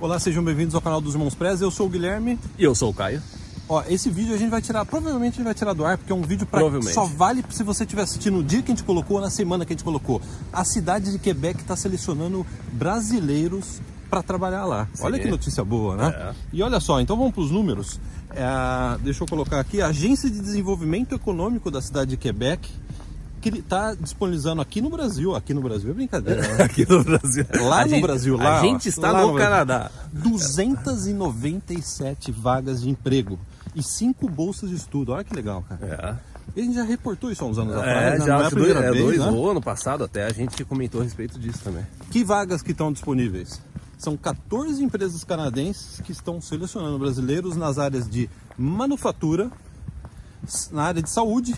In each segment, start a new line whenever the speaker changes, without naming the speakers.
Olá, sejam bem-vindos ao canal dos Irmãos Prez. Eu sou o Guilherme.
E eu sou o Caio.
Ó, esse vídeo a gente vai tirar, provavelmente a gente vai tirar do ar, porque é um vídeo pra,
Provavelmente.
só vale se você estiver assistindo no dia que a gente colocou ou na semana que a gente colocou. A cidade de Quebec está selecionando brasileiros para trabalhar lá. Olha que notícia boa, né?
É.
E olha só, então vamos para os números. É, deixa eu colocar aqui, a Agência de Desenvolvimento Econômico da cidade de Quebec, que está disponibilizando aqui no Brasil, aqui no Brasil é brincadeira, né?
Aqui no Brasil.
Lá
A
no
gente-
Brasil, lá.
A
ó,
gente está
lá
no, Canadá.
297 vagas de emprego e cinco bolsas de estudo. Olha que legal, cara.
É,
E a gente já reportou isso há uns anos
é
atrás, né?
já
não é a
acho dois,
primeira
é,
vez,
dois
né?
ou ano passado até a gente comentou a respeito disso também.
Que vagas que estão disponíveis? São 14 empresas canadenses que estão selecionando brasileiros nas áreas de manufatura, s- na área de saúde,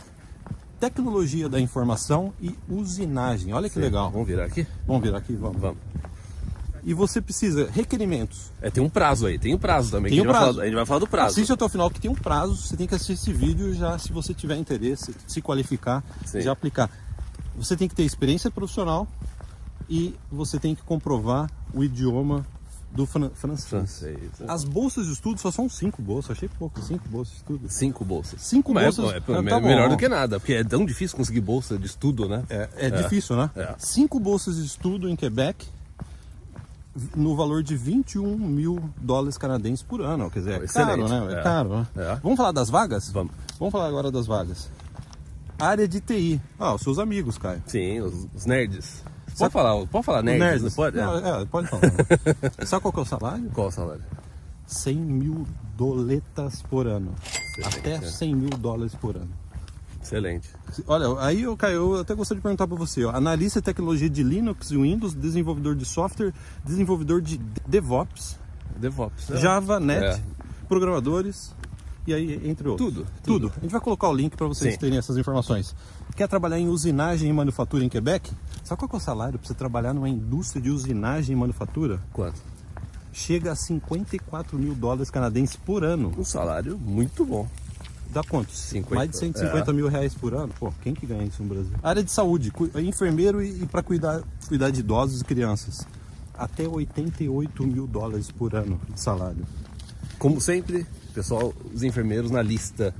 tecnologia da informação e usinagem. Olha que legal.
Vamos virar aqui?
Vamos virar aqui, vamos.
Vamos.
E você precisa requerimentos.
É, tem um prazo aí, tem um prazo também.
Tem
que
um
a, gente vai
prazo.
falar, a gente vai falar do prazo.
Assiste até o final que tem um prazo, você tem que assistir esse vídeo já se você tiver interesse, se qualificar,
Sim.
já aplicar. Você tem que ter experiência profissional e você tem que comprovar o idioma do fran francês.
Francês. né?
As bolsas de estudo só são cinco bolsas, achei pouco, cinco bolsas de estudo.
Cinco bolsas.
Cinco
Mas
bolsas,
É,
ah,
é,
tá bom.
melhor do que nada, porque é tão difícil conseguir bolsa de estudo, né?
É, é difícil, né?
É.
Cinco bolsas de estudo em Quebec no valor de 21 mil dólares canadenses por ano. Quer dizer, é caro,
Excelente.
né? É,
É.
caro. né?
É.
Vamos falar das vagas?
Vamos.
Vamos falar agora das vagas. Área de TI. Ah, os seus amigos, Caio.
Sim, os, os nerds. Pode
Sabe-
falar, pode falar nerds? não Pode? É.
Não, é, pode falar. Sabe qual que é o salário?
Qual o salário?
100 mil doletas por ano.
Excelente,
Até
né?
100 mil dólares por ano.
Excelente.
Olha, aí eu, Caio, eu até gostaria de perguntar para você. Ó, analista de tecnologia de Linux e Windows, desenvolvedor de software, desenvolvedor de DevOps,
DevOps. né?
Java, Net,
É.
programadores e aí, entre outros.
Tudo,
Tudo. A gente vai colocar o link para vocês
Sim.
terem essas informações. Quer trabalhar em usinagem e manufatura em Quebec? Sabe qual que é o salário para você trabalhar numa indústria de usinagem e manufatura?
Quanto?
Chega a 54 mil dólares canadenses por ano.
Um salário muito bom.
Dá quanto?
50.
Mais de
É.
150 mil reais por ano? Pô, quem que ganha isso no Brasil? Área de saúde, cu- enfermeiro e, para cuidar, cuidar de idosos e crianças. Até 88 mil dólares por ano de salário.
Como sempre, pessoal, os enfermeiros na lista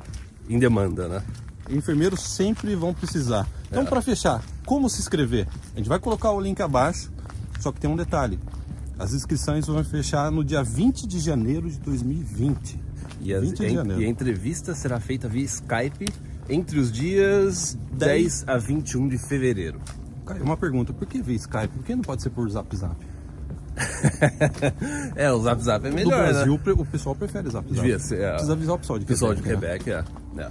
em demanda, né?
Enfermeiros sempre vão precisar. Então,
É.
para fechar, como se inscrever? A gente vai colocar o link abaixo, só que tem um detalhe. As inscrições vão fechar no dia 20 de janeiro de 2020.
E, as-
20 de
en-
janeiro.
e a entrevista será feita via Skype entre os dias 10 a 21 de fevereiro.
Cara, uma pergunta, por que via Skype? Por que não pode ser por Zap Zap?
É, o Zap Zap é
No
melhor,
Brasil,
né?
pre- o pessoal prefere Zap Zap.
Devia ser, é.
Precisa avisar o pessoal de
O pessoal de
né?
Quebec, é. é.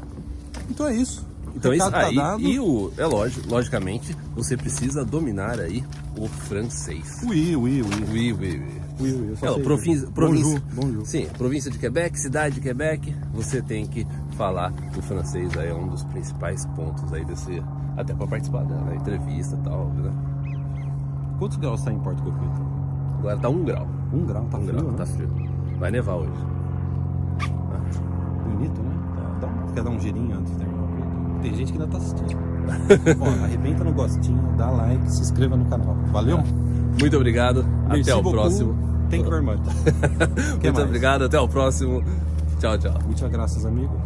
Então é isso.
Então
o
isso
recado tá
aí,
dado.
e o, é lógico, logicamente, você precisa dominar aí o francês.
Ui, ui, ui.
Oui, oui, oui.
Ui, ui, eu só
É,
sei.
província,
Bonjour,
província,
bonjour.
Sim, província de Quebec, cidade de Quebec, você tem que falar o francês, aí é um dos principais pontos aí desse, até para participar da da entrevista e tal, né?
Quantos graus tá em Porto Coqueta?
Agora tá um grau,
Um grau, tá
um
frio,
grau,
né?
tá frio. Vai nevar hoje.
Ah. Bonito, né? Dá- Quer dar um girinho antes de terminar o vídeo? Tem gente que ainda tá assistindo. Ó, arrebenta no gostinho, dá like, se inscreva no canal. Valeu?
Muito obrigado,
Merci
até o
beaucoup.
próximo.
Thank you very much.
Muito
mais?
obrigado, até o próximo. Tchau, tchau.
Muitas graças, amigos.